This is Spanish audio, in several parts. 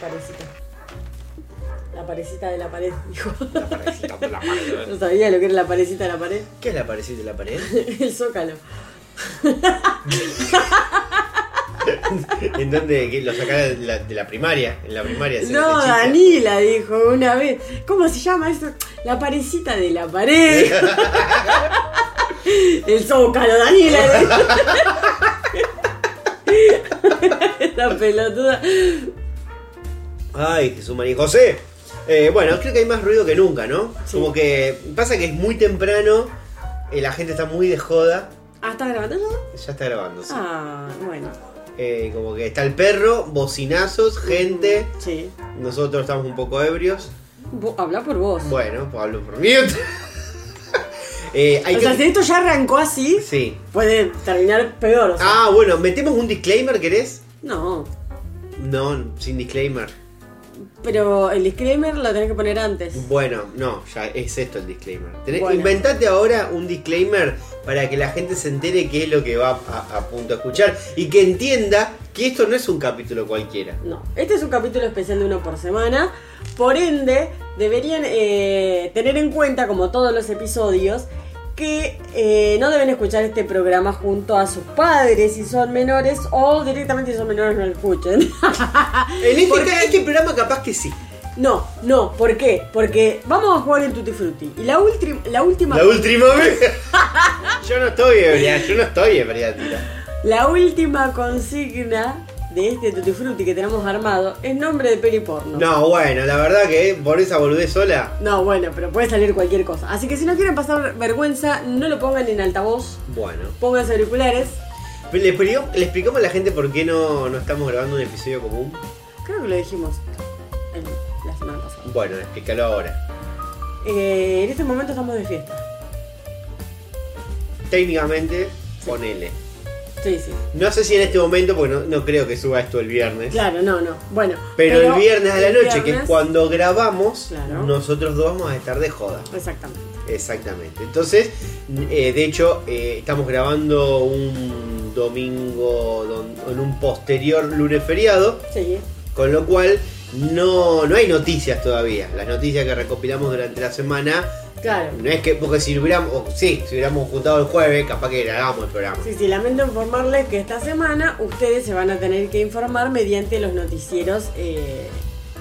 parecita. La parecita de la pared, dijo. La parecita de la pared. No sabía lo que era la parecita de la pared. ¿Qué es la parecida de la pared? El zócalo. ¿En dónde? que ¿Lo sacás de la, de la primaria? En la primaria. se No, hace chiste. Danila dijo una vez. ¿Cómo se llama esto? La parecita de la pared. El zócalo, Danila. La pelotuda. Ay, Jesús María José. eh, bueno, creo que hay más ruido que nunca, ¿no? Sí. Como que pasa que es muy temprano, eh, la gente está muy de joda, Ah, ¿estás grabando? ya? ya está grabando. sí. Ah, bueno. Eh, como que está el perro, bocinazos, gente, Sí. nosotros estamos un poco ebrios. Vo- Habla por vos. Bueno, pues hablo por mí. Eh, hay o que- sea, si esto ya arrancó así, Sí. puede terminar peor. O sea. Ah, bueno, metemos un disclaimer, ¿querés? No. No, sin disclaimer. Pero el disclaimer lo tenés que poner antes. Bueno, no, ya es esto el disclaimer. Tenés- Bueno. Inventate ahora un disclaimer para que la gente se entere qué es lo que va a, a punto a escuchar y que entienda que esto no es un capítulo cualquiera. No, este es un capítulo especial de uno por semana, por ende deberían eh, tener en cuenta, como todos los episodios, que eh, no deben escuchar este programa junto a sus padres si son menores o directamente si son menores no lo escuchen. En este, ca- este programa capaz que sí. no, no, ¿por qué? Porque vamos a jugar el Tutti Frutti y la, ultri- la última La última vez. yo no estoy ebria, yo no estoy ebria, tira. la última consigna de este Tutti Frutti que tenemos armado es nombre de peli porno. No, bueno, la verdad que ¿eh? por esa boludez sola. No, bueno, pero puede salir cualquier cosa. Así que si no quieren pasar vergüenza, no lo pongan en altavoz, Bueno. pónganse auriculares. ¿Le, explicó- le explicamos a la gente por qué no, no estamos grabando un episodio común? Creo que lo dijimos en la semana pasada. Bueno, explícalo ahora. Eh, en este momento estamos de fiesta. Técnicamente, ponele. Sí, sí. No sé si en este momento, porque no, no creo que suba esto el viernes. Claro, no, no. Bueno. Pero, el viernes a la el noche, que es viernes- cuando grabamos, Claro. nosotros dos vamos a estar de joda. Exactamente. Exactamente. Entonces, eh, de hecho, eh, estamos grabando un domingo don- en un posterior lunes feriado, Sí. ¿eh? con lo cual no, no hay noticias todavía. Las noticias que recopilamos durante la semana, Claro. no es que, porque si hubiéramos, o sí, si hubiéramos juntado el jueves, capaz que grabamos el programa. Sí, sí, lamento informarles que esta semana ustedes se van a tener que informar mediante los noticieros eh,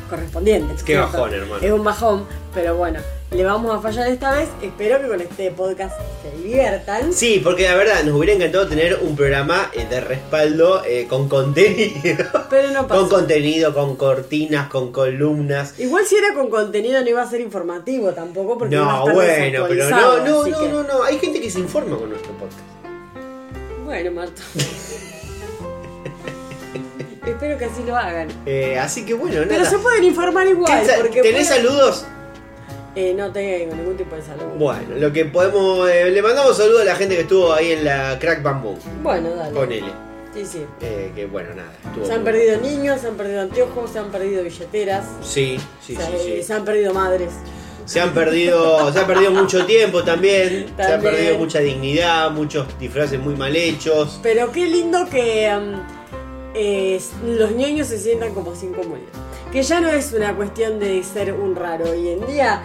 correspondientes. Qué ¿cierto? bajón, hermano. Es un bajón, pero bueno, le vamos a fallar esta vez. Espero que con este podcast se diviertan. Sí, porque la verdad nos hubiera encantado tener un programa eh, de respaldo eh, con contenido. Pero no Con pasa. contenido, con cortinas, con columnas. Igual si era con contenido no iba a ser informativo tampoco porque iba a No, estar bueno, pero no, desactualizado, no, así no, que- no, no. Hay gente que se informa con nuestro podcast. Bueno, Marta. Espero que así lo hagan. Eh, así que bueno, Pero nada. se pueden informar igual. ¿Tenés sa- Porque ¿Tenés pueden- saludos? Eh, no tengo ningún tipo de salud. Bueno, lo que podemos. eh, le mandamos saludos a la gente que estuvo ahí en la Crack Bamboo. Bueno, dale. Con él. Sí, sí. Eh, que bueno, nada. estuvo Se han muy perdido niños, se han perdido anteojos, se han perdido billeteras, bueno. Sí, sí, se, sí, se sí. han perdido madres. Se han perdido, se ha perdido mucho tiempo también, Se ha También. perdido mucha dignidad, muchos disfraces muy mal hechos. Pero qué lindo que am, eh, los niños se sientan como sin comunidad. Que ya no es una cuestión de ser un raro. Hoy en día,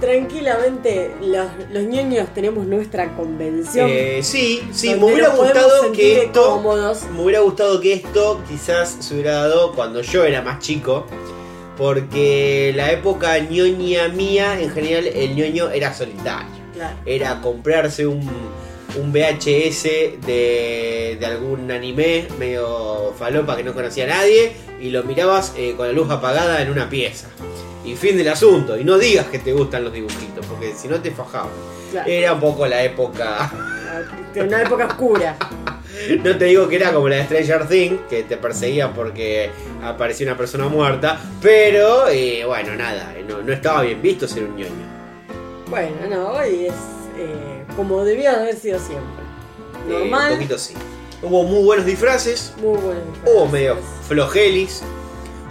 tranquilamente, los, los niños tenemos nuestra convención. Eh, sí, sí, me donde hubiera nos podemos gustado que sentir esto. cómodos. Me hubiera gustado que esto quizás se hubiera dado cuando yo era más chico. Porque la época ñoña mía, en general, el ñoño era solitario. Claro. Era comprarse un, un VHS de, de algún anime medio falopa que no conocía a nadie y lo mirabas eh, con la luz apagada en una pieza. Y fin del asunto. Y no digas que te gustan los dibujitos, porque si no te fajaban. claro. Era un poco la época. De una época oscura. No te digo que era como la de Stranger Things, que te perseguía porque aparecía una persona muerta, pero eh, bueno, nada, no, no estaba bien visto ser un ñoño. Bueno, no, hoy es eh, como debía haber sido siempre. Eh, Normal. un poquito sí. Hubo muy buenos disfraces, Muy bueno. hubo medio flojelis.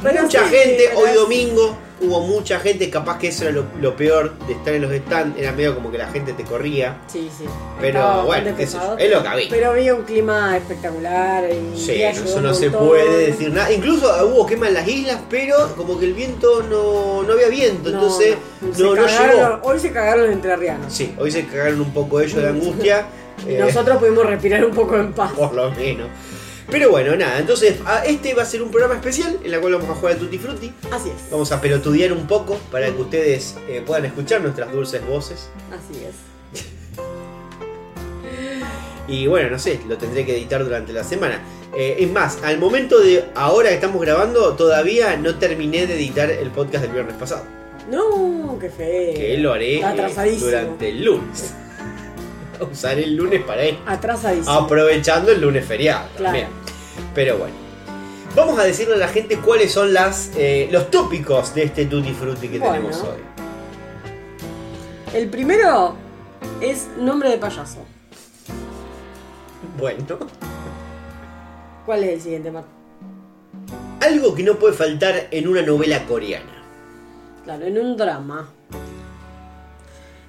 Pero Mucha sí, gente pero hoy es- domingo hubo mucha gente, capaz que eso era lo, lo peor de estar en los stands, era medio como que la gente te corría. Sí, sí. Pero Estaba bastante bueno, qué sé yo, Eh, pesado. es lo que había. Pero había un clima espectacular y Sí, y no, ayudó eso un no se montón. puede decir nada. Incluso ah, hubo quema en las islas, pero como que el viento no, no había viento, No, entonces se no, no, cagaron- llegó. Hoy se cagaron los entrerrianos. Sí, hoy se cagaron un poco ellos de angustia. Y eh, Oh. nosotros pudimos respirar un poco en paz. por lo menos. Pero bueno, nada, entonces a- este va a ser un programa especial en el cual vamos a jugar al Tutti Frutti. Así es. Vamos a pelotudear un poco para que ustedes eh, puedan escuchar nuestras dulces voces. Así es. Y bueno, no sé, lo tendré que editar durante la semana. Eh, es más, al momento de ahora que estamos grabando, todavía no terminé de editar el podcast del viernes pasado. No, qué feo. Que lo haré Está eh, atrasadísimo. durante el lunes. Usaré el lunes para él. Atrasadísimo. Ah. Aprovechando el lunes feriado también. Claro. Pero bueno. Vamos a decirle a la gente cuáles son las, eh, los tópicos de este Tutti Frutti que Bueno. tenemos hoy. El primero es nombre de payaso. Bueno. ¿Cuál es el siguiente, Marta? Algo que no puede faltar en una novela coreana. Claro, en un drama.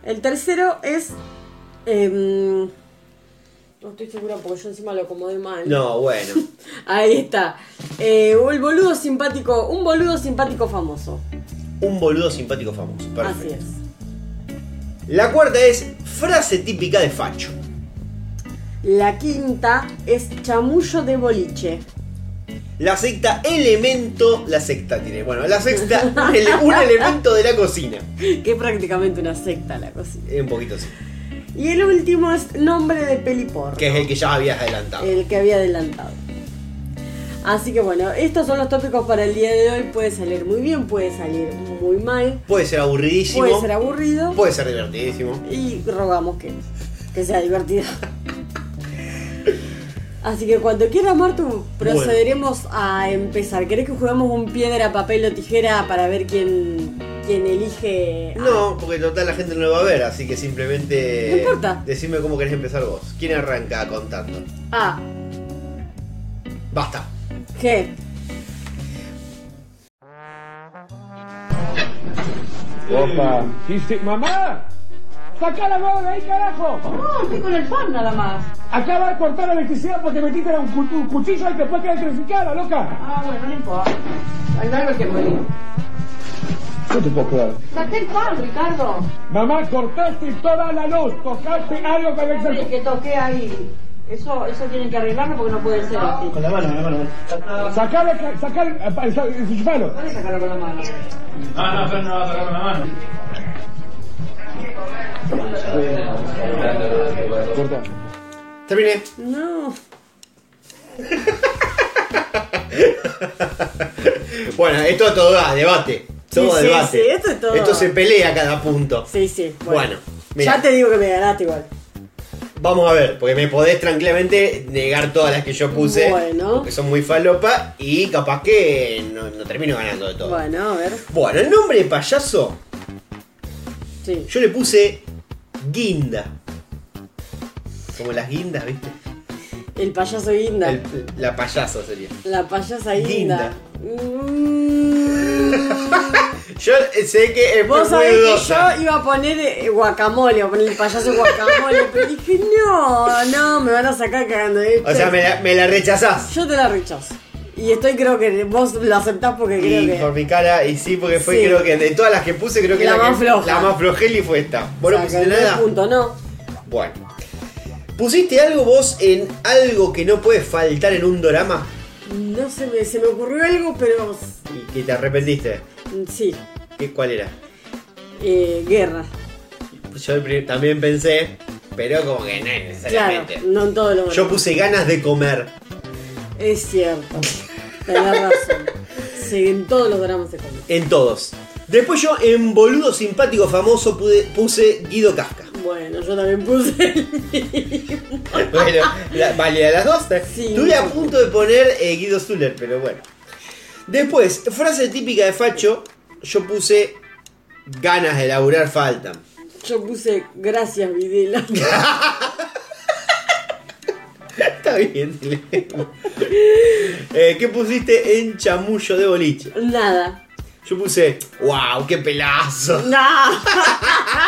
El tercero es. em, no estoy segura porque yo encima lo acomodé mal. No, bueno. Ahí está. Eh, el boludo simpático. Un boludo simpático famoso. Un boludo simpático famoso. Así Perfecto. es. La cuarta es frase típica de Facho. La quinta es chamullo de boliche. La sexta, elemento. La sexta tiene. Bueno, la sexta, un, ele- un elemento de la cocina. Que es prácticamente una secta la cocina. Eh, Un poquito así. Y el último es nombre de pelipor. Que es el que ya habías adelantado. El que había adelantado. Así que bueno, estos son los tópicos para el día de hoy. Puede salir muy bien, puede salir muy mal, Puede ser aburridísimo. puede ser aburrido puede ser divertidísimo. y rogamos que, que sea divertido. Así que cuando quieras, Martu, procederemos a empezar. ¿Querés que jugamos un piedra, papel o tijera para ver quién, quién elige? a- No, porque total la gente no lo va a ver, así que simplemente. No importa. Decime cómo querés empezar vos. ¿Quién arranca contando? A, Basta. G. Opa. Dice, mamá, saca la mano de ahí, carajo. No, estoy con el fan nada más. Acaba de cortar la electricidad porque metiste un, cu- un cuchillo ahí que después queda electrificada, loca. Ah, bueno, no importa. Hay algo que morir. ¿Qué te puedo quedar? Saqué el pan, Ricardo. Mamá, cortaste toda la luz, tocaste algo que había que El ser- que toqué ahí. Eso, eso tienen que arreglarlo porque no puede ser así. Con la mano, con la mano. Sacar, el- sacar, el- eh, el- el- enchufarlo. Puedes sacarlo con la mano. No, no, Fer no va a sacar con la mano. Corta. Terminé. No. Bueno, esto todo da, debate. Todo Sí, sí, debate. sí, esto es todo. Esto se pelea a cada punto. Sí, sí. Bueno, mira. Ya te digo que me ganaste igual. Vamos a ver, porque me podés tranquilamente negar todas las que yo puse. Bueno. Porque son muy falopa y capaz que no, no termino ganando de todo. Bueno. Bueno, a ver. el nombre de payaso, Sí. yo le puse Guinda. Como las guindas, ¿viste? El payaso guinda. El- la payaso sería. La payasa guinda. Guinda. Mm. Yo sé que es Vos muy sabés que dudosa. yo iba a poner eh, guacamole, a poner el payaso guacamole, pero dije, no, no, me van a sacar cagando. ¿eh? O sea, me la, me la rechazás. Yo te la rechazo. Y estoy, creo que vos lo aceptás porque creo Y que. por mi cara, y sí, porque fue Sí. creo que de todas las que puse, creo que La más que- floja. La más flojeli fue esta. Vos no o sea, pusiste que no es pues nada. punto, no. Bueno. ¿Pusiste algo vos en algo que no puede faltar en un drama? No se me, se me ocurrió algo, pero s- Y que te arrepentiste. sí. ¿Qué, ¿Cuál era? Eh, guerra. Yo el pri- también pensé, pero como que no es Claro, necesariamente. no en todo lo Yo puse ganas de comer. Es cierto. Tenés razón. Sí, en todos los dramas se come. En todos. Después yo en boludo simpático famoso pude- puse Guido Casca. Bueno, yo también puse el Bueno, la, valía las dos. ¿eh? Sí. Estuve a punto de poner eh, Guido Zuller, pero bueno. Después, frase típica de Facho, yo puse ganas de laburar faltan. Yo puse gracias, Videla. Está bien, te leo. Eh, ¿Qué pusiste en chamullo de boliche? Nada. Yo puse, wow, qué pelazo. No.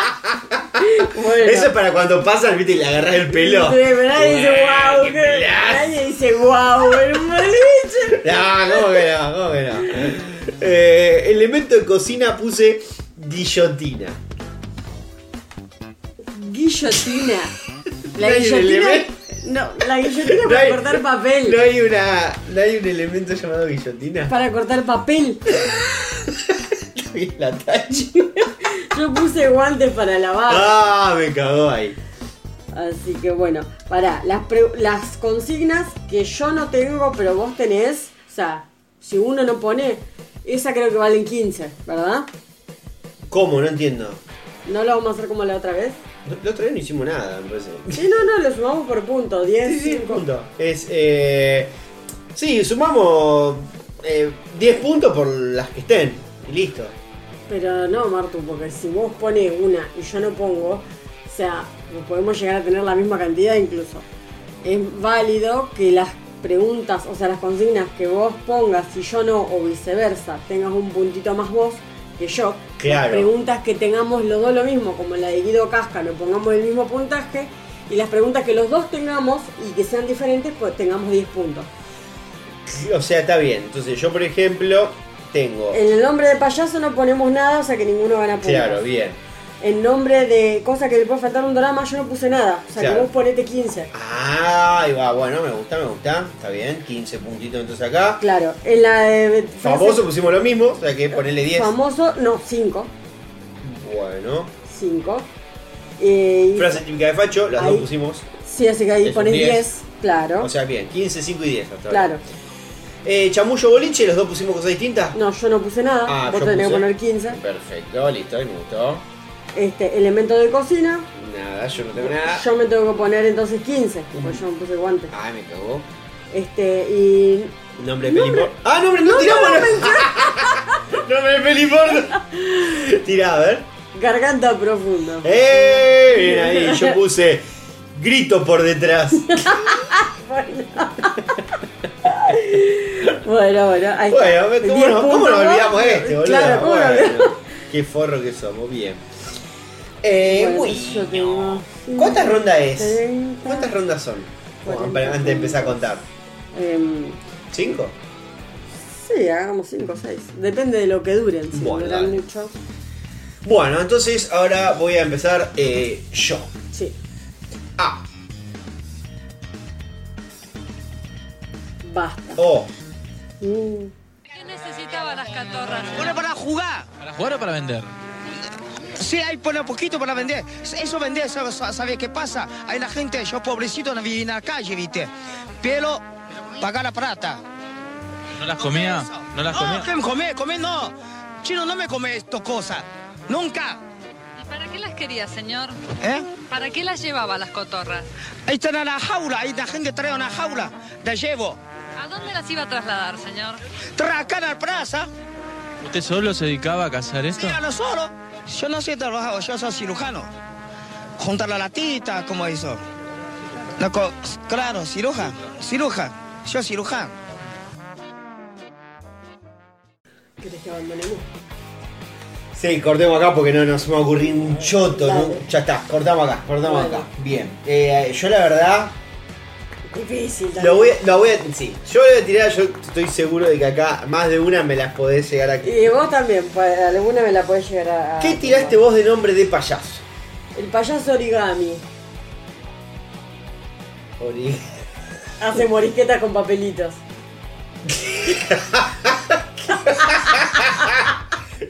bueno. Eso es para cuando pasas, viste, y le agarras el pelo. Sí, pero nadie dice Guau, wow, qué que- pelazo. nadie dice wow, bicho. No, ¿cómo que no? ¿Cómo que no? Eh, elemento de cocina puse guillotina. Guillotina. La No hay un guillotina. elemento. No, la guillotina No para hay- cortar papel. No hay una. No hay un elemento llamado guillotina. Para cortar papel. La tachi. Yo puse guantes para lavar. Ah, me cagó ahí. Así que bueno, para las, pre- las consignas que yo no tengo, pero vos tenés, o sea, si uno no pone, esa creo que valen 15, ¿verdad? ¿Cómo? No entiendo. ¿No lo vamos a hacer como la otra vez? No- La otra vez no hicimos nada, me parece. Sí, no, no, lo sumamos por punto, 10, Sí, sí, cinco. punto. Es, eh, sí, sumamos eh, 10 puntos por las que estén. Y listo. Pero no, Martu, porque si vos pones una y yo no pongo, o sea, podemos llegar a tener la misma cantidad incluso. Es válido que las preguntas, o sea, las consignas que vos pongas y yo no, o viceversa, tengas un puntito más vos que yo. Las Claro. preguntas que tengamos los dos lo mismo, como la de Guido Cascano, pongamos el mismo puntaje. Y las preguntas que los dos tengamos y que sean diferentes, pues tengamos 10 puntos. O sea, está bien. Entonces, yo, por ejemplo, tengo. En el nombre de payaso no ponemos nada, o sea que ninguno gana puntos. Claro, bien. en nombre de cosas que le puede faltar un drama, yo no puse nada. O sea, que Claro. vos ponete 15. Ah, ahí va, bueno, me gusta, me gusta. Está bien, 15 puntitos entonces acá. Claro, en la de frase- Famoso pusimos lo mismo, o sea que ponerle 10. Famoso, no, 5. Bueno. 5. Eh, y- Frase típica de Facho, las Ahí. dos pusimos. Sí, así que ahí Es un pones 10. 10. Claro. O sea, bien, 15, 5 y 10 hasta ahora. claro. Eh, chamullo boliche, los dos pusimos cosas distintas. No, yo no puse nada. Ah, vos yo tenés que puse. poner 15. Perfecto, listo, ahí me gustó. Este, elemento de cocina. Nada, yo no tengo nada. Yo me tengo que poner entonces 15. Pues yo me puse guantes. Ay, me cagó. Este, y. Nombre de peli porno. Ah, nombre, no, tiramos. nombre de peli porno. Tirá, a ver. Garganta profunda. ¡Eh! Bien ahí, yo puse grito por detrás. Bueno, bueno, ahí está. Bueno, ¿cómo, 10 nos- cómo puntos, nos ¿no? olvidamos de este, boludo? Claro, ¿cómo nos Bueno, olvidamos? Qué forro que somos, bien. Eh, Bueno, bueno, yo tengo- ¿Cuántas rondas es? 30. ¿Cuántas rondas son? Bueno, Cuarenta. para- antes de empezar a contar. Em, ¿Cinco? sí, hagamos 5 o 6. Depende de lo que duren. Si Bueno, duran dale. mucho. Bueno, entonces ahora voy a empezar eh, yo. Sí. A, Basta. O, Mm, ¿Qué necesitaban las catorras? Pone para jugar. ¿Para jugar o para vender? Sí, hay pone poquito para vender. Eso vender, ¿sabes sabe qué pasa? Hay la gente, yo pobrecito, no viví en la calle, ¿viste? Pero pagar la plata. ¿No las comía? ¿No las No, comía? que me comé, comé no. Chino, no me come esto cosa. Nunca. ¿Y para qué las quería, señor? ¿Eh? ¿Para qué las llevaba las cotorras? Ahí está la jaula, ahí la gente trae una jaula. La llevo. ¿A dónde las iba a trasladar, señor? Trae acá a la plaza. ¿Usted solo se dedicaba a cazar Sí, esto? a lo solo. Yo no soy trabajador, yo soy cirujano. Juntar la latita, como eso. Loco, claro, ciruja, ciruja. Yo cirujano. ¿Querés que abandonemos? Sí, cortemos acá porque no nos va a ocurrir un choto. Dale. ¿no? Ya está, cortamos acá, cortamos Bueno. acá. Bien. Eh, yo la verdad, Difícil. lo también. voy, a, lo voy a. Sí, yo voy a tirar, yo estoy seguro de que acá más de una me las podés llegar a. Y vos también, pa- alguna me la podés llegar a. a- ¿Qué tiraste vos de nombre de payaso? El payaso origami. Ori- Hace morisquetas con papelitos.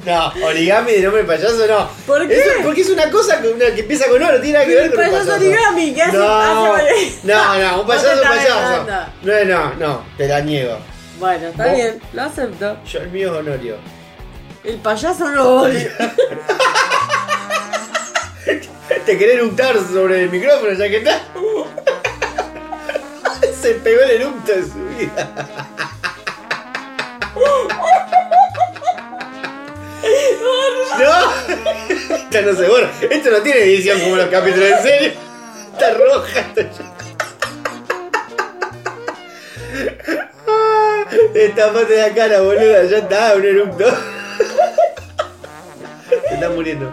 No, origami de nombre de payaso no. ¿Por qué? Eso- porque es una cosa que, una que empieza con O, no tiene nada que Pero ver el con un payaso origami, ¿qué hace? No, Hace- no, no, No te un payaso es un estás payaso. No, no, no, te la niego. Bueno, está ¿Vos? bien, lo acepto. Yo el mío es Honorio. El payaso no. ¿Te querés untar sobre el micrófono ya que está? Se pegó el eructo en su vida. ¡No! Esta no se borra. Esto no tiene edición como los capítulos, en serio. Está roja. Está... Ah, Destapate la cara, boluda. Ya está, un eructo. están muriendo.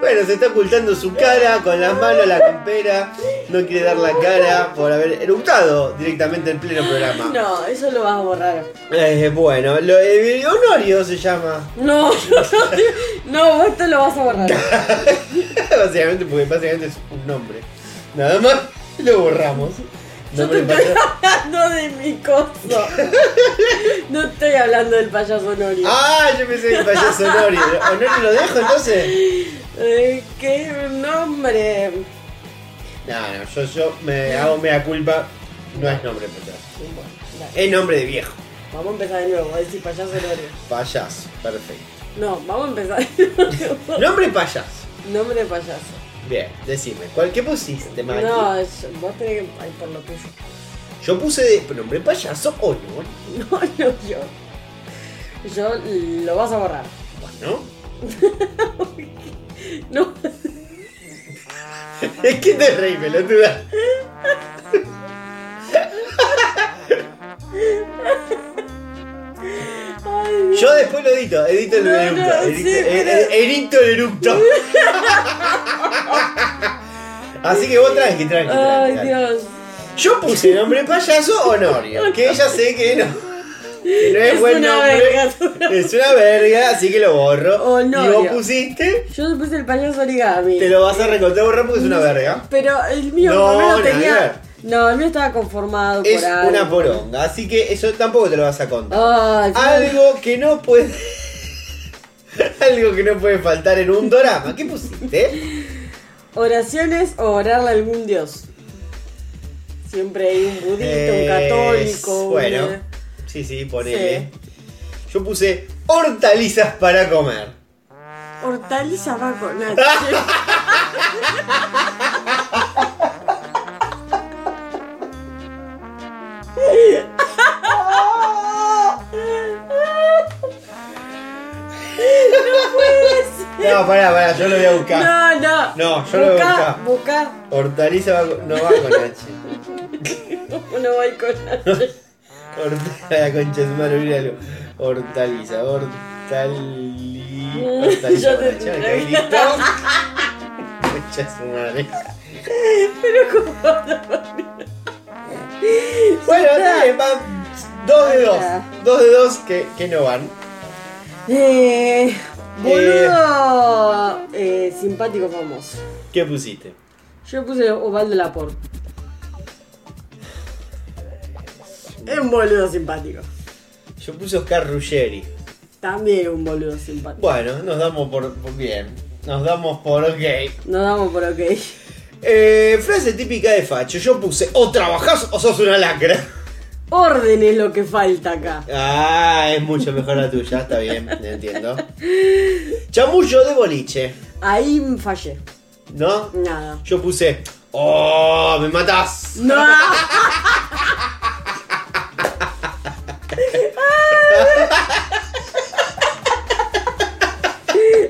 Bueno, se está ocultando su cara con las manos, la campera. No quiere dar la cara por haber eructado directamente en pleno programa. No, eso lo vas a borrar. Eh, bueno, lo, eh, Honorio se llama. No, no, no, vos esto lo vas a borrar. básicamente, porque básicamente es un nombre. Nada más lo borramos. Yo te Nombre estoy payaso. hablando de mi coso. No estoy hablando del payaso Nori. Ah, yo pensé que payaso Honorio. ¿Honorio lo dejo entonces? Eh, ¡Qué nombre! No, no, yo, yo me hago mea culpa. No es nombre payaso. Dale, Es nombre de viejo. Vamos a empezar de nuevo, a decir payaso Nori. Payaso, perfecto. No, vamos a empezar de nuevo. Nombre payaso. Nombre de payaso. Bien, decime, ¿cuál que pusiste, Mati? No, es- vos tenés que. Ay, por lo tuyo. Yo puse de nombre payaso o no. No, no, yo. Yo lo vas a borrar. Bueno. No, Es que te reí, pelotuda. Yo después lo edito, edito el No, no, eructo. edito, sí, pero- e- e- edito el eructo. Así que vos tranqui, tranqui, tranqui, ay tranqui. Dios. Yo puse nombre payaso Honorio, que ella sé que no, que no es, Es buen una nombre. verga, es una- Es una verga, así que lo borro. Honorio. Y vos pusiste, Yo le puse el payaso origami. te lo vas a recortar borrar porque es una verga. Pero el mío No, por lo menos nada que tenía. ver. No, el mío estaba conformado Es por algo. una Ah, poronga, así que eso tampoco te lo vas a contar. Ay, Algo que no puede. Algo que no puede faltar en un dorama. ¿Qué pusiste? Oraciones o orarle a algún dios. Siempre hay un budista, un católico. Es- un- eh, Bueno, sí, sí, ponele. Sí. Yo puse hortalizas para comer. Hortaliza va con H. No, pará, pará, yo lo voy a No, buscar. no. No, yo lo voy a Busca, busca. Hortaliza va con- no va con H. No voy con H. Horta- la concha de su madre, míralo. Hortaliza, hortali... hortaliza. Yo con te- H, ahí listo. Concha de su madre. Bueno, está bien, van dos de dos. Dos de dos que, que no van. Eh, boludo eh, simpático famoso. ¿Qué pusiste? Yo puse Ovaldo Laporte. Es un boludo simpático. Yo puse Oscar Ruggeri. También un boludo simpático. Bueno, nos damos por, por bien. Nos damos por ok. Nos damos por ok. Eh, frase típica de Facho. Yo puse o trabajás o sos una lacra. Orden es lo que falta acá. Ah, es mucho mejor la tuya. Está bien, entiendo. Chamullo de boliche. Ahí fallé. ¿No? Nada. Yo puse. ¡Oh! ¡Me matás! No.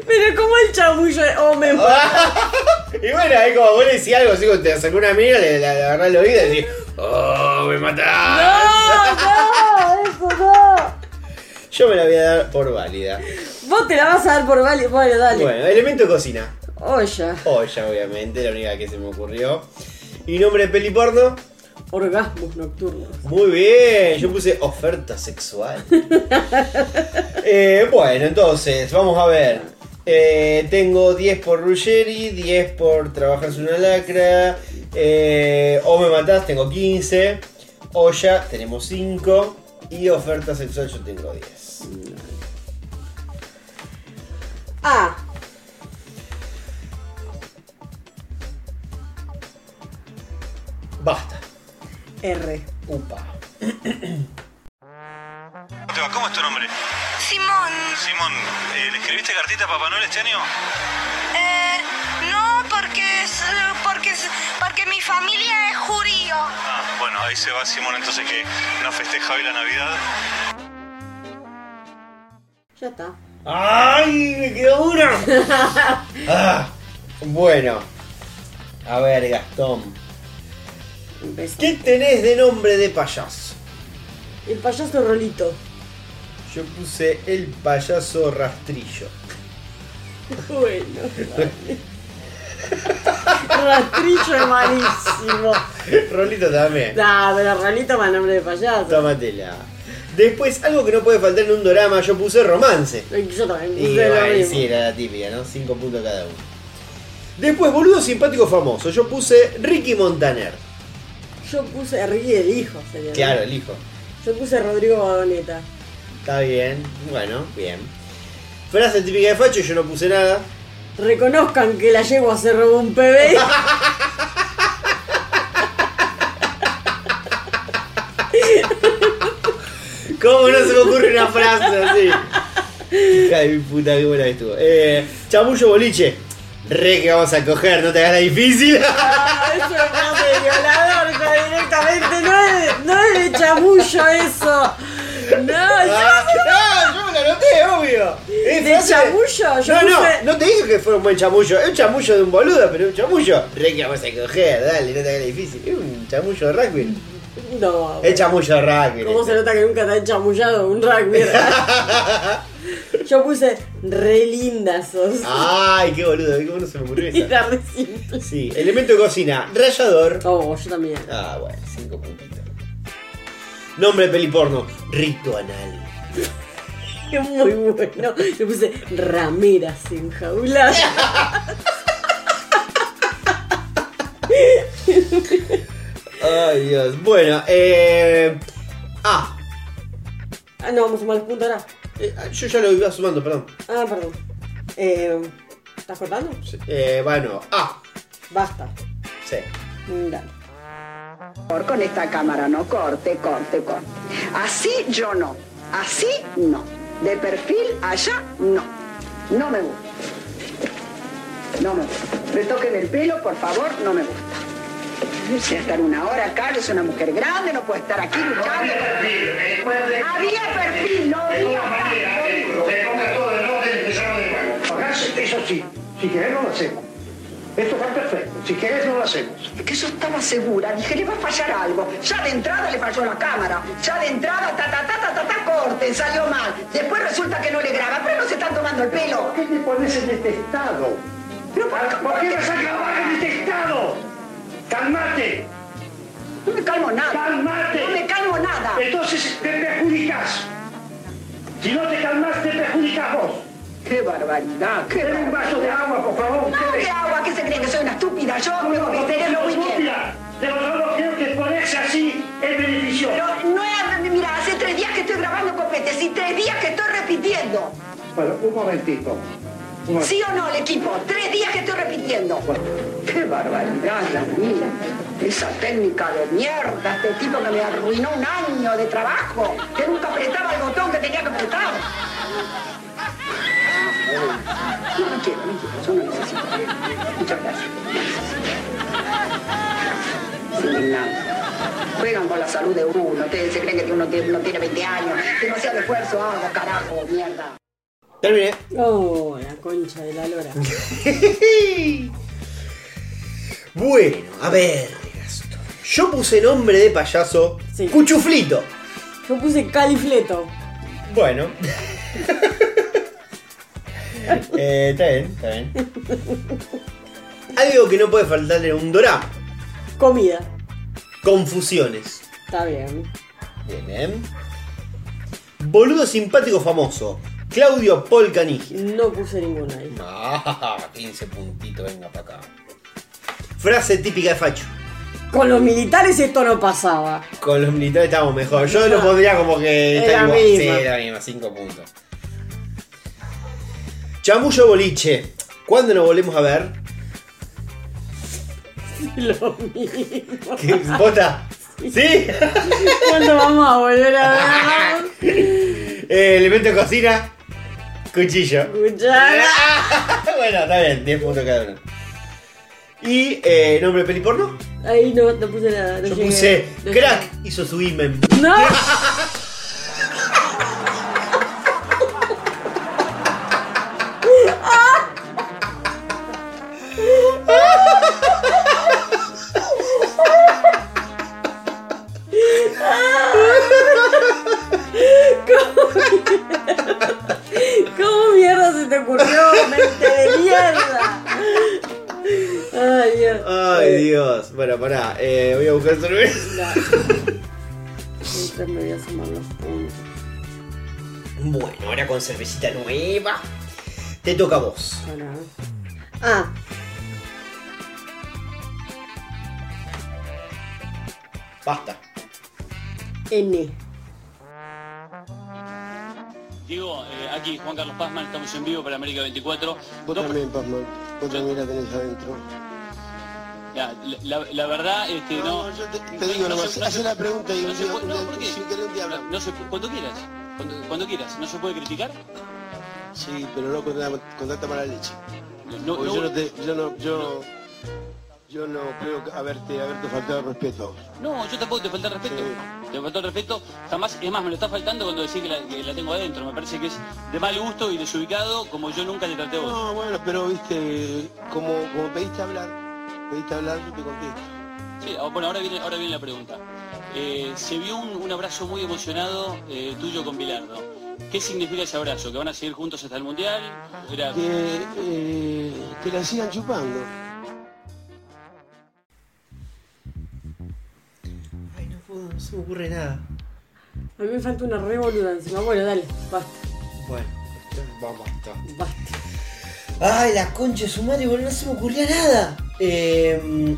Pero como el chamullo, oh me Y bueno, es como vos le decís algo, así como te sacó una mina, le, le, le agarrás el oído y decís, ¡Oh, me matás! no, eso no. Yo me la voy a dar por válida. Vos te la vas a dar por vale. Bueno, dale. Bueno, elemento cocina. Olla, Olla, obviamente, la única que se me ocurrió. Y nombre de peli porno. orgasmos nocturnos. Muy bien, yo puse oferta sexual. Eh, bueno, entonces, vamos a ver. Eh, tengo 10 por Ruggeri, 10 por Trabajas una lacra. eh, o me matás, tengo 15. Olla, tenemos 5. Y oferta sexual, yo tengo 10. Ah. Basta. R. Upa. ¿Cómo te va? ¿Cómo es tu nombre? Simón, Simón, eh, ¿le escribiste cartita a Papá Noel este año? eh, no, porque, es- porque, es- porque mi familia es judío. Ah, bueno, ahí se va Simón entonces que no festeja hoy la Navidad. Ya está. ¡Ay! ¡Me quedó una! Ah, bueno. A ver, Gastón. Empezó. ¿Qué tenés de nombre de payaso? El payaso Rolito. Yo puse el payaso rastrillo. Bueno. Rastrillo es malísimo. Rolito también. Da, pero Rolito más nombre de payaso. Tómatela. Después, algo que no puede faltar en un dorama, yo puse romance. Yo también. Y puse lo bueno, mismo. sí, era la típica, ¿no? Cinco puntos cada uno. Después, boludo simpático famoso, yo puse Ricky Montaner. Yo puse Ricky el hijo, sería. Claro, el hijo. Yo puse Rodrigo Badoneta. Está bien, bueno, bien. Frase típica de Facho, yo no puse nada. Reconozcan que la yegua se robó un PB. ¿Cómo no se me ocurre una frase así? Hija de mi puta, qué buena que estuvo. Eh, chamullo boliche. Re que vamos a coger, no te hagas la difícil. Ah, eso es frase de violador, ya directamente. No es, de- no es de chamullo eso. No, Ah, yo. no, yo me la noté, obvio. Es ¿De frase- chamullo? Yo no, no, puse- no te dije que fuera un buen chamullo. Es un chamullo de un boludo, pero es un chamullo. Re que vamos a coger, dale, no te hagas la difícil. Es un chamullo de rugby. No. Es chamullo de rugby. ¿Cómo se nota que nunca te han chamullado un rugby? Yo puse re linda sos. Ah, Ay, qué boludo, qué bueno se me ocurrió Y esa. era re simple. Sí, elemento de cocina, rallador. Oh, yo también. Ah, bueno, cinco puntitos. Nombre de peliporno, rito anal. Es muy bueno. Yo puse rameras enjauladas. Ay, Dios. Bueno, eh. Ah, Ah, no, vamos a sumar los puntos ahora. eh, yo ya lo iba sumando, perdón. Ah, perdón. Eh, ¿Estás cortando? Eh, bueno, ah, Basta. Mm, sí. Dale. Con esta cámara, no corte, corte, corte. Así yo no. Así no. De perfil allá no. No me gusta. No me gusta. Retoquen el pelo, por favor, no me gusta. Si estar una hora acá, es una mujer grande, no puede estar aquí luchando. Había perfil, no había. Eso sí, si querés no lo hacemos. Esto va perfecto. Si querés no lo hacemos. Es que yo estaba segura, dije, le va a fallar algo. Ya de entrada le falló la cámara. Ya de entrada, ta, ta, ta, ta, ta, ta, corte, salió mal. Después resulta que no le graba, pero no se están tomando el pelo. ¿Qué te pones en este estado? Ah, ¿Por qué vas a acabar en este estado? ¡Calmate! No me calmo nada. ¡Calmate! No me calmo nada. Entonces te perjudicas. Si no te calmas, te perjudicas vos. ¡Qué barbaridad! ¡Qué Ten un vaso de agua, por favor. No, ustedes. ¿qué agua? ¿Qué se creen que soy una estúpida? Yo me No, movilizaré en los weekends. estúpida. De los dos creo que ponerse así es beneficioso. Pero no es... Mira, hace tres días que estoy grabando copetes y tres días que estoy repitiendo. Bueno, un momentito. Un momentito. ¿Sí o no, el equipo? Tres días que estoy repitiendo. ¡Qué barbaridad la mía! Esa técnica de mierda, este tipo que me arruinó un año de trabajo, que nunca apretaba el botón que tenía que apretar. No, no quiero, no quiero, yo no necesito. Muchas gracias. Sin nada. Juegan con la salud de uno, ustedes se creen que uno tiene, uno tiene 20 años, demasiado esfuerzo hago, carajo, mierda. Terminé. Oh, la concha de la lora. Bueno, a ver, Gastón. Yo puse nombre de payaso Cuchuflito. Yo puse califleto. Bueno. Eh, está bien, está bien. Algo que no puede faltar en un dorama. Comida. Confusiones. Está bien. Bien, ¿eh? Boludo simpático famoso. Claudio Polcanigi. No puse ninguna ahí. Ah, 15 puntitos, venga para acá. Frase típica de Facho. Con los militares esto no pasaba. Con los militares estamos mejor. Yo lo pondría como que. Es está la igual. misma. Sí, la misma, 5 puntos. Chamullo boliche. ¿Cuándo nos volvemos a ver? Lo mismo. ¿Qué bota? ¿Sí? ¿Cuándo vamos a volver a ver? Eh, elemento de cocina. Cuchillo. Cuchara. bueno, está bien, 10 puntos cada uno. Y eh, nombre de peliporno. Ahí no, no puse nada. No Yo llegué. puse No crack, hizo su imen. llegué. ¡No! Bueno, pará, eh, voy a buscar cerveza. Entonces me voy a sumar los puntos. Bueno, ahora con cervecita nueva. Te toca a vos. Pará. Ah. Basta. N. Diego, eh, aquí Juan Carlos Pazman, estamos en vivo para América 24. Vos también, Pazman. Vos también la tenés adentro. Ya, la, la verdad, este, no. yo te, te digo no nomás, se- hace no se- una pregunta y no un se día- puede- un no, día- ¿por qué? sin querer un día hablamos. No se- cuando quieras, cuando, cuando quieras, no se puede criticar. Sí, pero no con, la- con tanta mala leche. No, Porque no- yo no te, yo no, yo, yo no creo que haberte, haberte faltado el respeto. No, yo tampoco te falté el respeto. Te faltó el respeto, jamás, es más, me lo está faltando cuando decís que la, que la tengo adentro. Me parece que es de mal gusto y desubicado, como yo nunca te traté a vos. No, bueno, pero viste, como, como pediste hablar, pediste hablar, yo te contesto. Sí, ah, bueno, ahora viene, ahora viene la pregunta. Eh, se vio un, un abrazo muy emocionado eh, tuyo con Bilardo. ¿Qué significa ese abrazo? ¿Que van a seguir juntos hasta el Mundial? Era- Que, eh, que la sigan chupando. Ay, no puedo, no se me ocurre nada. A mí me falta una revoluda encima. Bueno, dale, basta. Bueno, vamos basta. Ay, la concha de su madre, boludo, no se me ocurría nada. Eh,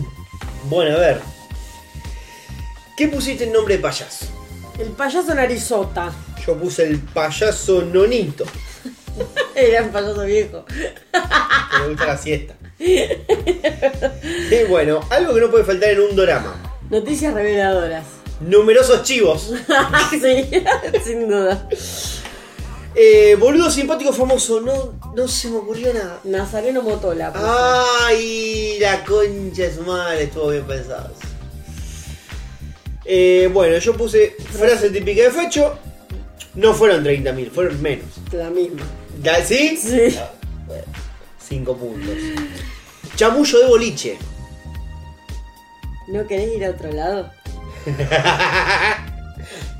bueno, a ver. ¿Qué pusiste en nombre de payaso? El payaso narizota. Yo puse el payaso nonito. Era un payaso viejo. que me gusta la siesta. Y bueno, algo que no puede faltar en un drama. Noticias reveladoras. Numerosos chivos. sí, sin duda. Eh, boludo simpático famoso, no, no se me ocurrió nada. Nazareno Motola. puse. Ah. Ay, la concha es mal, estuvo bien pensado. Eh, bueno, yo puse frase típica de Fecho. No fueron 30.000, fueron menos. La misma. ¿Ya, ¿Sí? Sí. 5 puntos. Chamullo de boliche. ¿No querés ir a otro lado?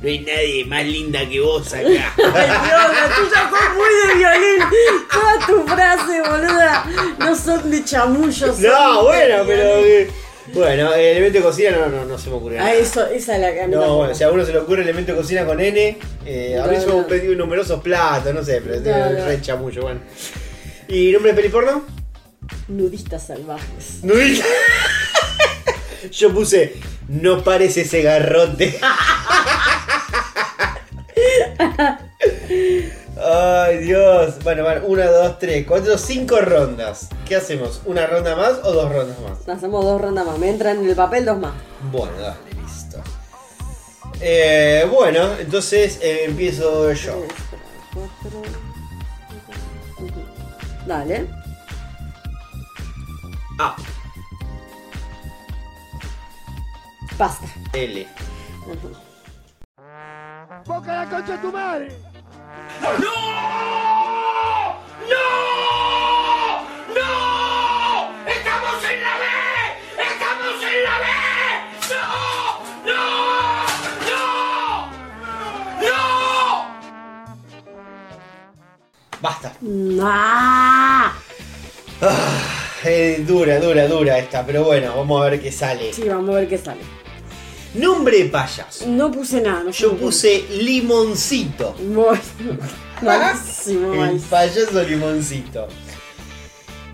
No hay nadie más linda que vos acá. Dios, la tuya fue muy de violín. Toda tu frase, boluda. No son de chamullos. no, bueno, pero. eh, Bueno, eh, elemento de cocina no, no, no se me ocurrió. Ah, eso, esa es la que a mí No, tampoco. bueno, si a uno se le ocurre elemento de cocina con N, eh, a No, mí se me no. han pedido numerosos platos, no sé, pero es No, no. re chamullo, bueno. ¿Y nombre de peliporno? Nudistas salvajes. Nudista. Yo puse, no parece ese garrote. Ay, Dios. Bueno, van una, dos, tres, cuatro, cinco rondas. ¿Qué hacemos? ¿Una ronda más o dos rondas más? Hacemos dos rondas más. Me entran en el papel dos más. Bueno, dale, listo. Eh, bueno, entonces eh, empiezo yo. Cuatro. Dale. A, Pasta. L. ¡Boca la concha de tu madre! ¡No! ¡Estamos en la B! ¡Estamos en la B! ¡No! ¡No! ¡No! ¡No! Basta. ¡Ah! Ah, eh, dura, dura, dura esta, pero bueno, vamos a ver qué sale. Sí, vamos a ver qué sale. Nombre de payaso. No puse nada. Yo puse limoncito. Malísimo, El malísimo. payaso limoncito.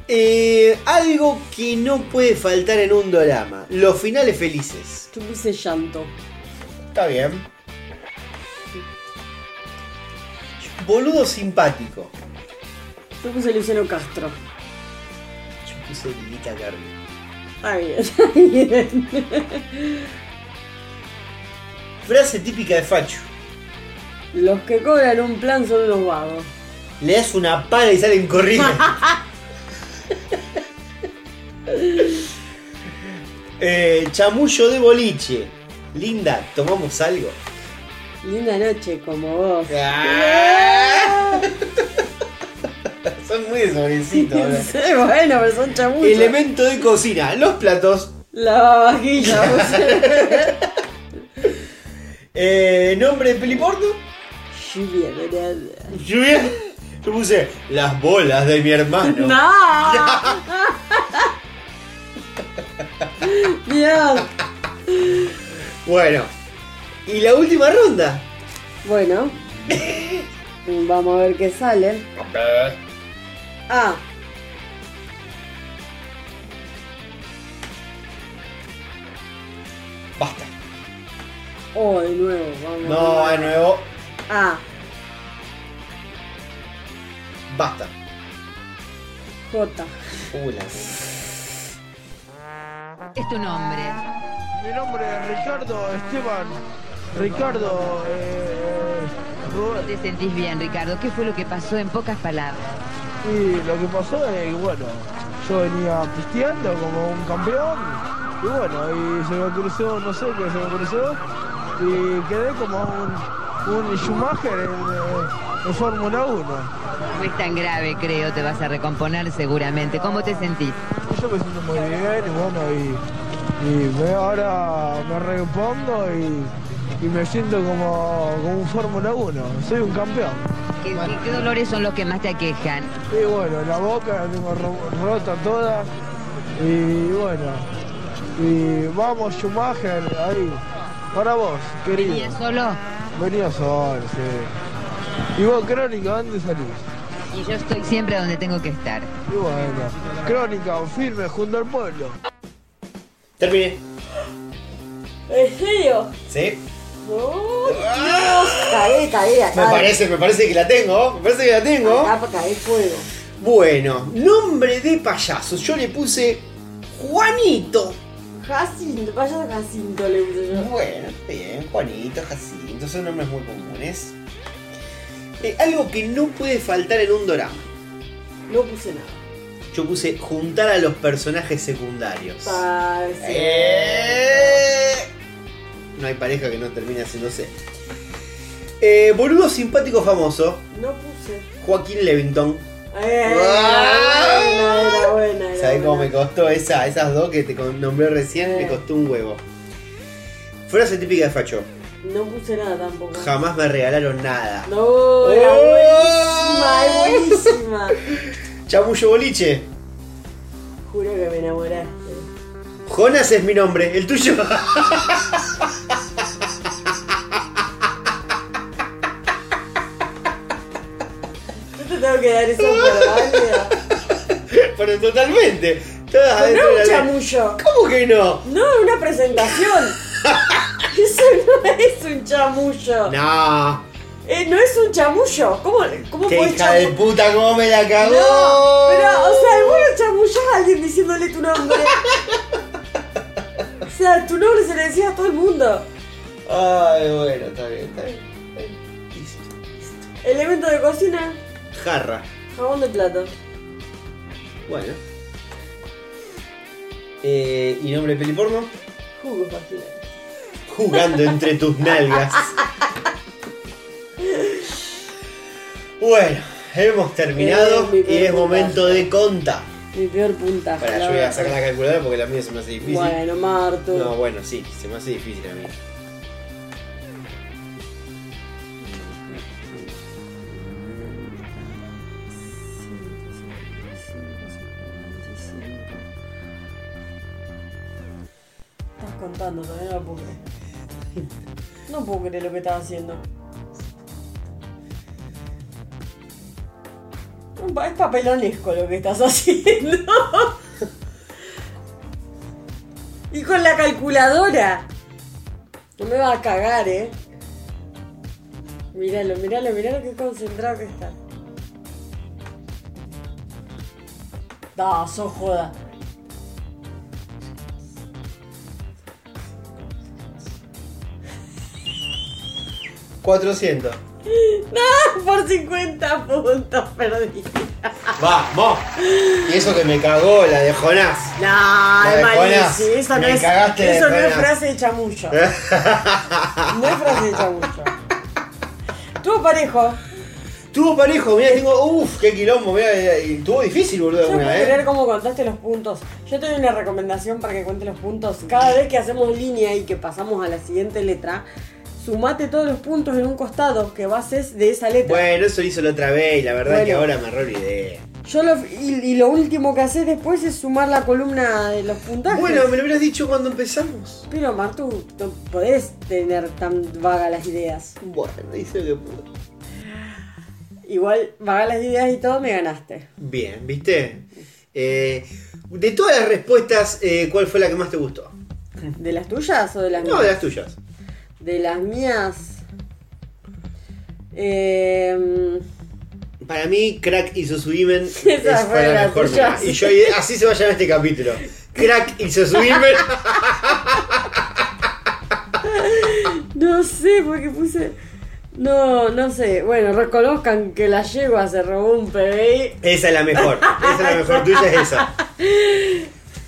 Eh, algo que no puede faltar en un drama. Los finales felices. Yo puse llanto. Está bien. Boludo simpático. Yo puse Luciano Castro. Yo puse Lilita Carmen. Está bien, está bien. Frase típica de Facho. Los que cobran un plan son los vagos. Le das una pala y salen corriendo. Eh, chamullo de boliche. Linda, tomamos algo. Linda noche como vos. Ah, Son muy eh. sobrecitos. Sí, bueno, pero son chamullos. Elemento de cocina. Los platos. La vajilla. puse. Eh, nombre de peliporno. Lluvia dorada. Lluvia. Yo puse las bolas de mi hermano. No. Bueno. Y la última ronda. Bueno. Vamos a ver qué sale. Ah. Basta. Oh, de nuevo. Vamos No, de nuevo. Ah, Basta. J. Uh, la- Es tu nombre. Mi nombre es Ricardo Esteban. Ricardo. eh, No te sentís bien, Ricardo. ¿Qué fue lo que pasó en pocas palabras? Y lo que pasó es que, bueno, yo venía pisteando como un campeón. Y bueno, y se me cruzó, no sé qué se me cruzó. Y quedé como un, un Schumacher eh, en, en Fórmula 1. No es tan grave, creo. Te vas a recomponer seguramente. ¿Cómo te sentís? Yo me siento muy bien y bueno, y, y me- ahora me repondo y, y me siento como, como un Fórmula 1. Soy un campeón. ¿Qué, qué- qué dolores son los que más te aquejan? Y bueno, la boca la tengo ro- rota toda. Y bueno. Y vamos, Schumacher, ahí. Para vos, querido. ¿Venía solo? Venía solo, sí. Y vos, Crónica, ¿dónde salís? Y yo estoy siempre donde tengo que estar. Y bueno, Crónica, firme, junto al pueblo. Terminé. ¿En serio? ¿Sí? ¡Oh, Dios! Cagué, cagué acá. Me parece, me parece que la tengo. Me parece que la tengo. Acá cagué fuego. Bueno, nombre de payasos. Yo le puse Juanito. Jacinto, payaso Jacinto le puse yo. Bueno, está bien, Juanito, Jacinto, son nombres muy comunes. Eh, algo que no puede faltar en un drama. No puse nada. Yo puse juntar a los personajes secundarios. Ah, Parce. Eh. No hay pareja que no termine haciéndose. Eh, boludo simpático famoso, No puse. Joaquín Levington. Eh, era Ah. buena, era buena, era ¿Sabés cómo buena. me costó esa, esas dos que te con- nombré recién? Eh. Me costó un huevo. Frase típica de Facho. No puse nada tampoco. Jamás me regalaron nada. No, era Oh. buenísima, era buenísima. Chamullo boliche. Juro que me enamoraste. Jonas es mi nombre, el tuyo. Yo te tengo que dar eso por válida. Pero totalmente. Todas Pero adentro no de un la- chamullo. ¿Cómo que no? No, una presentación. Eso no es un chamullo. No. Eh, no es un chamullo. ¿Cómo, cómo ¡Qué podés hija de chamullar? puta cómo me la No, cagó! pero, o sea, vos no chamullás a alguien diciéndole tu nombre. o sea, tu nombre se le decía a todo el mundo. Ay, bueno, está bien, está bien. Elemento de cocina, Jarra. jabón de plato. Bueno. Eh, ¿Y nombre de peliporno? Jugo vaginal. Jugando entre tus nalgas. Bueno, hemos terminado Eh, mi y puntaje. es momento de conta. Mi peor puntaje. Para, la yo voy a verdad. sacar la calculadora porque la mía se me hace difícil. Bueno, Marto. No, bueno, sí, se me hace difícil a mí. Estás contando, todavía no lo puedo creer. No puedo creer lo que estás haciendo. Un pa- Es papelonesco lo que estás haciendo. Y con la calculadora. No me va a cagar, eh. Míralo, míralo, míralo qué concentrado que está. Da, sos joda. ¿400? No, por 50 puntos perdí. ¡Vamos! Y eso que me cagó la de Jonás. No, La es de Jonás. malísimo. Eso no Me es, cagaste de eso no es Jonás. frase de chamullo. No es frase de chamullo. Tuvo parejo. Tuvo parejo, mirá, tengo. Uff, qué quilombo, mirá, y tuvo difícil, boludo, Yo no puedo alguna, eh. creer cómo contaste los puntos. Yo tengo una recomendación para que cuente los puntos. Cada vez que hacemos línea y que pasamos a la siguiente letra, sumate todos los puntos en un costado que bases de esa letra. Bueno, eso lo hizo la otra vez y la verdad Bueno. que ahora me re olvidé. Yo lo, y, y lo último que haces después es sumar la columna de los puntajes. Bueno, me lo hubieras dicho cuando empezamos. Pero Martu, no podés tener tan vagas las ideas. Bueno, hice lo que pude. Igual, vagas las ideas y todo, me ganaste. Bien, ¿viste? Eh, de todas las respuestas, eh, ¿cuál fue la que más te gustó? ¿De las tuyas o de las mías? No, de las tuyas. De las mías. Eh, Para mí, Crack y Susuimen es Esa fue fue la la mejor. tuya, mía. sí. Y yo así se va a llamar este capítulo. Crack y Susuimen. no sé por qué puse. No, no sé. Bueno, reconozcan que la yegua se robó un PBI, esa es la mejor. Esa es la mejor tuya, es esa.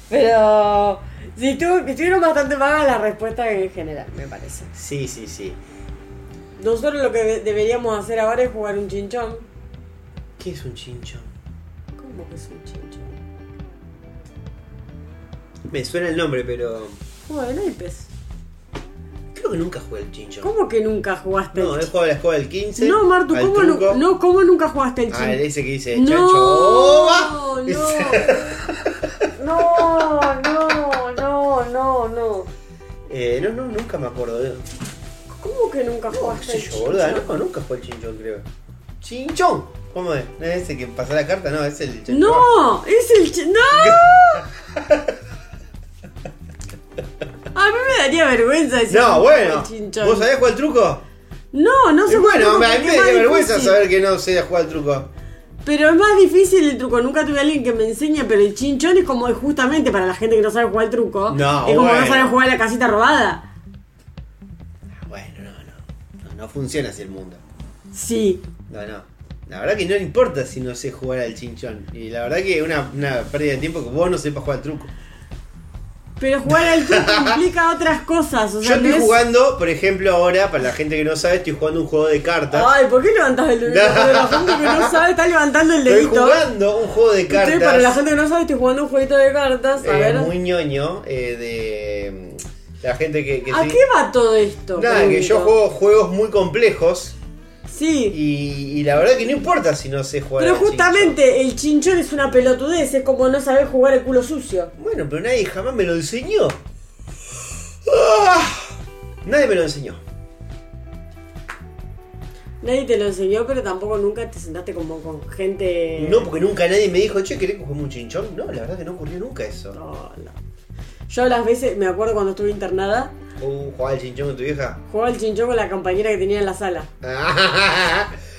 pero. Sí, tuvo- estuvieron bastante vagas las respuestas en general, me parece. Sí, sí, sí. Nosotros lo que deberíamos hacer ahora es jugar un chinchón. ¿Qué es un chinchón? ¿Cómo que es un chinchón? Me suena el nombre, pero Juego de naipes. creo que nunca jugué el chinchón. ¿Cómo que nunca jugaste No, el he jugado a la escoba del 15. No, Martu, al ¿cómo, nu- truco. no, ¿cómo nunca jugaste el Ah, chinchón? ese que dice No, chancho. ¡Oba! no, no, no, no, no. Eh, no, no, nunca me acuerdo. de- ¿Cómo que nunca ¿Qué jugaste sé el yo, boluda? chinchón? No, nunca jugué el chinchón, creo. ¡Chinchón! ¿Cómo es? ¿No es ese que pasa la carta? No, es el chanchón. No, es el ch... ¡No! A mí me daría vergüenza decir No, bueno. el chinchón. ¿Vos sabés jugar el truco? No, no sé Y jugar el bueno, truco, a mí porque me es daría más vergüenza difícil. saber que no sé jugar el truco. Pero es más difícil el truco. Nunca tuve a alguien que me enseñe, pero el chinchón es como es justamente para la gente que no sabe jugar el truco. No, es como no bueno. sabe jugar la casita robada. Bueno, no, no. No, no funciona así el mundo. Sí. No, no. La verdad que no le importa si no sé jugar al chinchón. Y la verdad que es una, una pérdida de tiempo que vos no sepas jugar al truco. Pero jugar al truco implica otras cosas. O Yo sea, estoy no es- jugando, por ejemplo, ahora, para la gente que no sabe, estoy jugando un juego de cartas. Ay, ¿por qué levantás el dedito? Para la gente que no sabe, está levantando el Estoy dedito. jugando un juego de Estoy- para la cartas gente que no sabe, estoy jugando un jueguito de cartas. A eh, ver. muy ñoño eh, de mm, la gente que... que ¿A sí- qué va todo esto? Nada, que Pregunto. yo juego juegos muy complejos. Sí. Y, y la verdad que no importa si no sé jugar Pero al chinchón. justamente el chinchón es una pelotudez, es como no saber jugar el culo sucio. Bueno, pero nadie jamás me lo enseñó. Ah, Nadie me lo enseñó. Nadie te lo enseñó, pero tampoco nunca te sentaste como con gente. No, porque nunca nadie me dijo, che, ¿querés que juguemos un chinchón? No, la verdad que no ocurrió nunca eso. No, Yo las veces, me acuerdo cuando estuve internada, Uh, jugaba al chinchón con tu vieja. jugaba el chinchón con la compañera que tenía en la sala.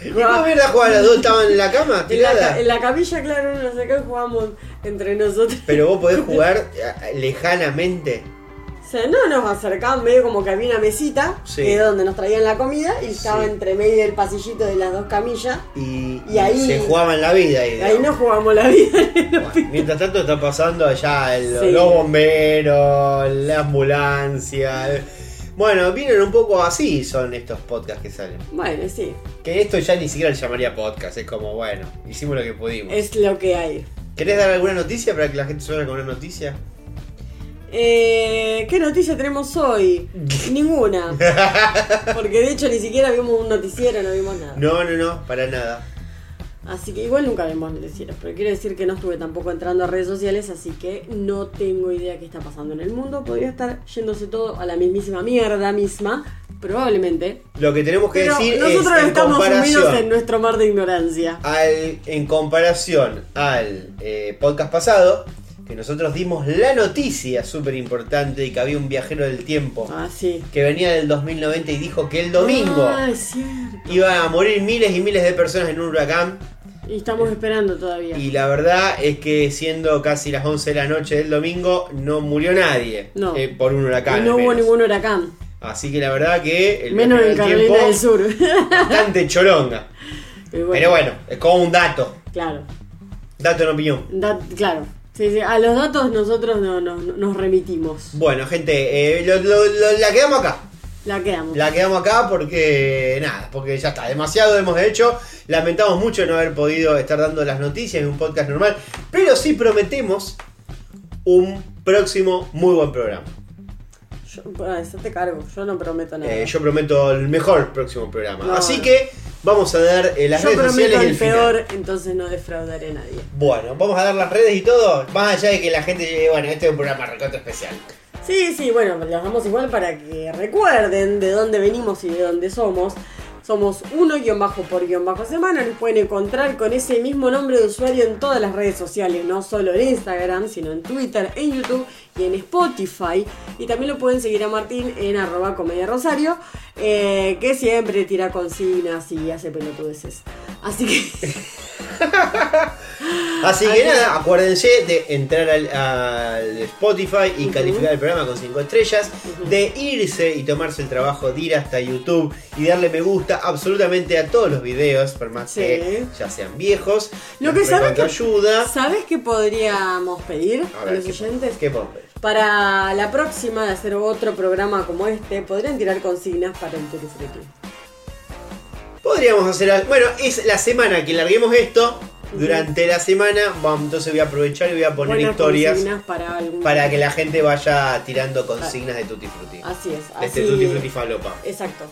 ¿Y cómo mierda jugaba las dos? ¿Estaban en la cama? En la, tiradas? ca- en la camilla, claro, nos acá jugábamos entre nosotros. Pero vos podés jugar eh, lejanamente. O sea, no nos acercaban, medio como que había una mesita, Sí. que es donde nos traían la comida, y estaba Sí. entre medio del pasillito de las dos camillas. Y, Y ahí- se jugaban la vida. ahí, Ahí no jugamos la vida. digamos. Mientras tanto está pasando allá el- Sí. los bomberos, la ambulancia. el- Bueno, vienen un poco así son estos podcasts que salen. Bueno, sí, Que esto ya ni siquiera le llamaría podcast, es como, bueno, hicimos lo que pudimos. es lo que hay. ¿Querés dar alguna noticia para que la gente suene con una noticia? Eh, ¿Qué noticia tenemos hoy? Ninguna. Porque de hecho ni siquiera vimos un noticiero, no vimos nada. No, no, no, para nada. Así que igual nunca vimos noticieros, pero quiero decir que no estuve tampoco entrando a redes sociales, así que no tengo idea qué está pasando en el mundo. Podría estar yéndose todo a la mismísima mierda misma, probablemente. Lo que tenemos que Pero decir nosotros es en estamos sumidos comparación, en nuestro mar de ignorancia. al- en comparación al eh, podcast pasado, que nosotros dimos la noticia súper importante y que había un viajero del tiempo que venía del 2090 y dijo que el domingo Ah, es cierto. iba a morir miles y miles de personas en un huracán. Y estamos esperando todavía. Y la verdad es que siendo casi las 11 de la noche del domingo, no murió nadie No. eh, por un huracán. Y no al hubo menos. ningún huracán. Así que la verdad que el menos en viajero del Carolina tiempo del Sur. bastante choronga. Y bueno, Pero bueno, es como un dato. Claro. Dato en opinión. Da- claro. Sí, sí, A los datos nosotros no, no- no- nos remitimos. Bueno, gente, eh, lo- lo- lo- la quedamos acá. La quedamos. La quedamos acá porque nada, porque ya está, demasiado hemos hecho. Lamentamos mucho no haber podido estar dando las noticias en un podcast normal, pero sí prometemos un próximo muy buen programa. Yo, bueno, eso te cargo. Yo no prometo nada. Eh, yo prometo el mejor próximo programa. No, Así no. que Vamos a dar eh, las Yo redes prometo sociales y el el final. peor, entonces no defraudaré a nadie. Bueno, vamos a dar las redes y todo, más allá de que la gente llegue, bueno, este es un programa recontra especial. Sí, sí, bueno, los damos igual para que recuerden de dónde venimos y de dónde somos. Somos uno guión bajo por guión bajo semana. Nos pueden encontrar con ese mismo nombre de usuario en todas las redes sociales, no solo en Instagram, sino en Twitter, en YouTube y en Spotify. Y también lo pueden seguir a Martín en arroba comedia rosario, eh, que siempre tira consignas y hace pelotudeces. Así que Así Así que es. nada, acuérdense de entrar al, al Spotify y calificar el programa con 5 estrellas, de irse y tomarse el trabajo de ir hasta YouTube y darle me gusta absolutamente a todos los videos, por más Sí. que ya sean viejos. lo que Nos sabes que, recontra ayuda. ¿sabes que podríamos pedir A a, ver, los ¿qué- oyentes? ¿Qué pompe? Para la próxima de hacer otro programa como este, podrían tirar consignas para el Turifruti. Podríamos hacer. al- Bueno, es la semana que larguemos esto. Durante la semana, vamos, entonces voy a aprovechar y voy a poner Buenas historias consignas para algún... para que la gente vaya tirando consignas de Tutti Frutti. Así es, De este así- Tutti Frutti Falopa. Exacto.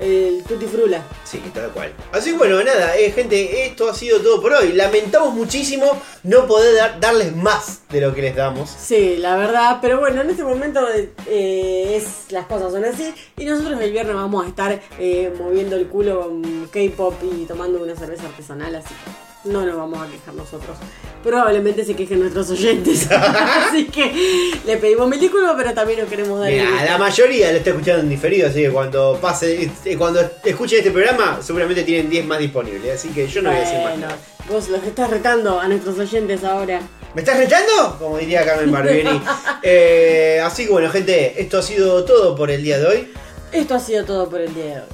El Tutti Frula. Sí, tal cual. Así que bueno, nada, eh, gente, esto ha sido todo por hoy. Lamentamos muchísimo no poder dar- darles más de lo que les damos. Sí, la verdad, pero bueno, en este momento eh, es, las cosas son así y nosotros el viernes vamos a estar eh, moviendo el culo con K-pop y tomando una cerveza artesanal, así que no nos vamos a quejar nosotros. Probablemente se quejen nuestros oyentes, así que le pedimos mil disculpas, pero también nos queremos dar... el Mirá, gusto. la mayoría lo está escuchando en diferido, así que cuando pase, eh, cuando escuchen este programa, seguramente tienen 10 más disponibles. Así que yo no voy a decir más Bueno, nada. Vos los estás retando a nuestros oyentes ahora. ¿Me estás retando? Como diría Carmen Barbieri. Eh, así que bueno, gente, esto ha sido todo por el día de hoy. Esto ha sido todo por el día de hoy.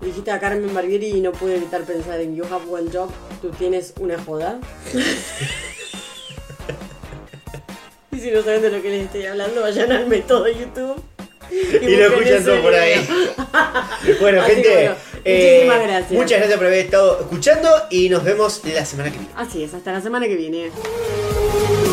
Dijiste a Carmen Barbieri y no pude evitar pensar en You Have One Job, tú tienes una joda. y si no saben de lo que les estoy hablando, vayan al método de YouTube. Y lo busquen escuchan ese todo por ahí. video. Bueno, Así que gente, bueno, eh, muchísimas gracias. Muchas gracias por haber estado escuchando y nos vemos la semana que viene. Así es, hasta la semana que viene.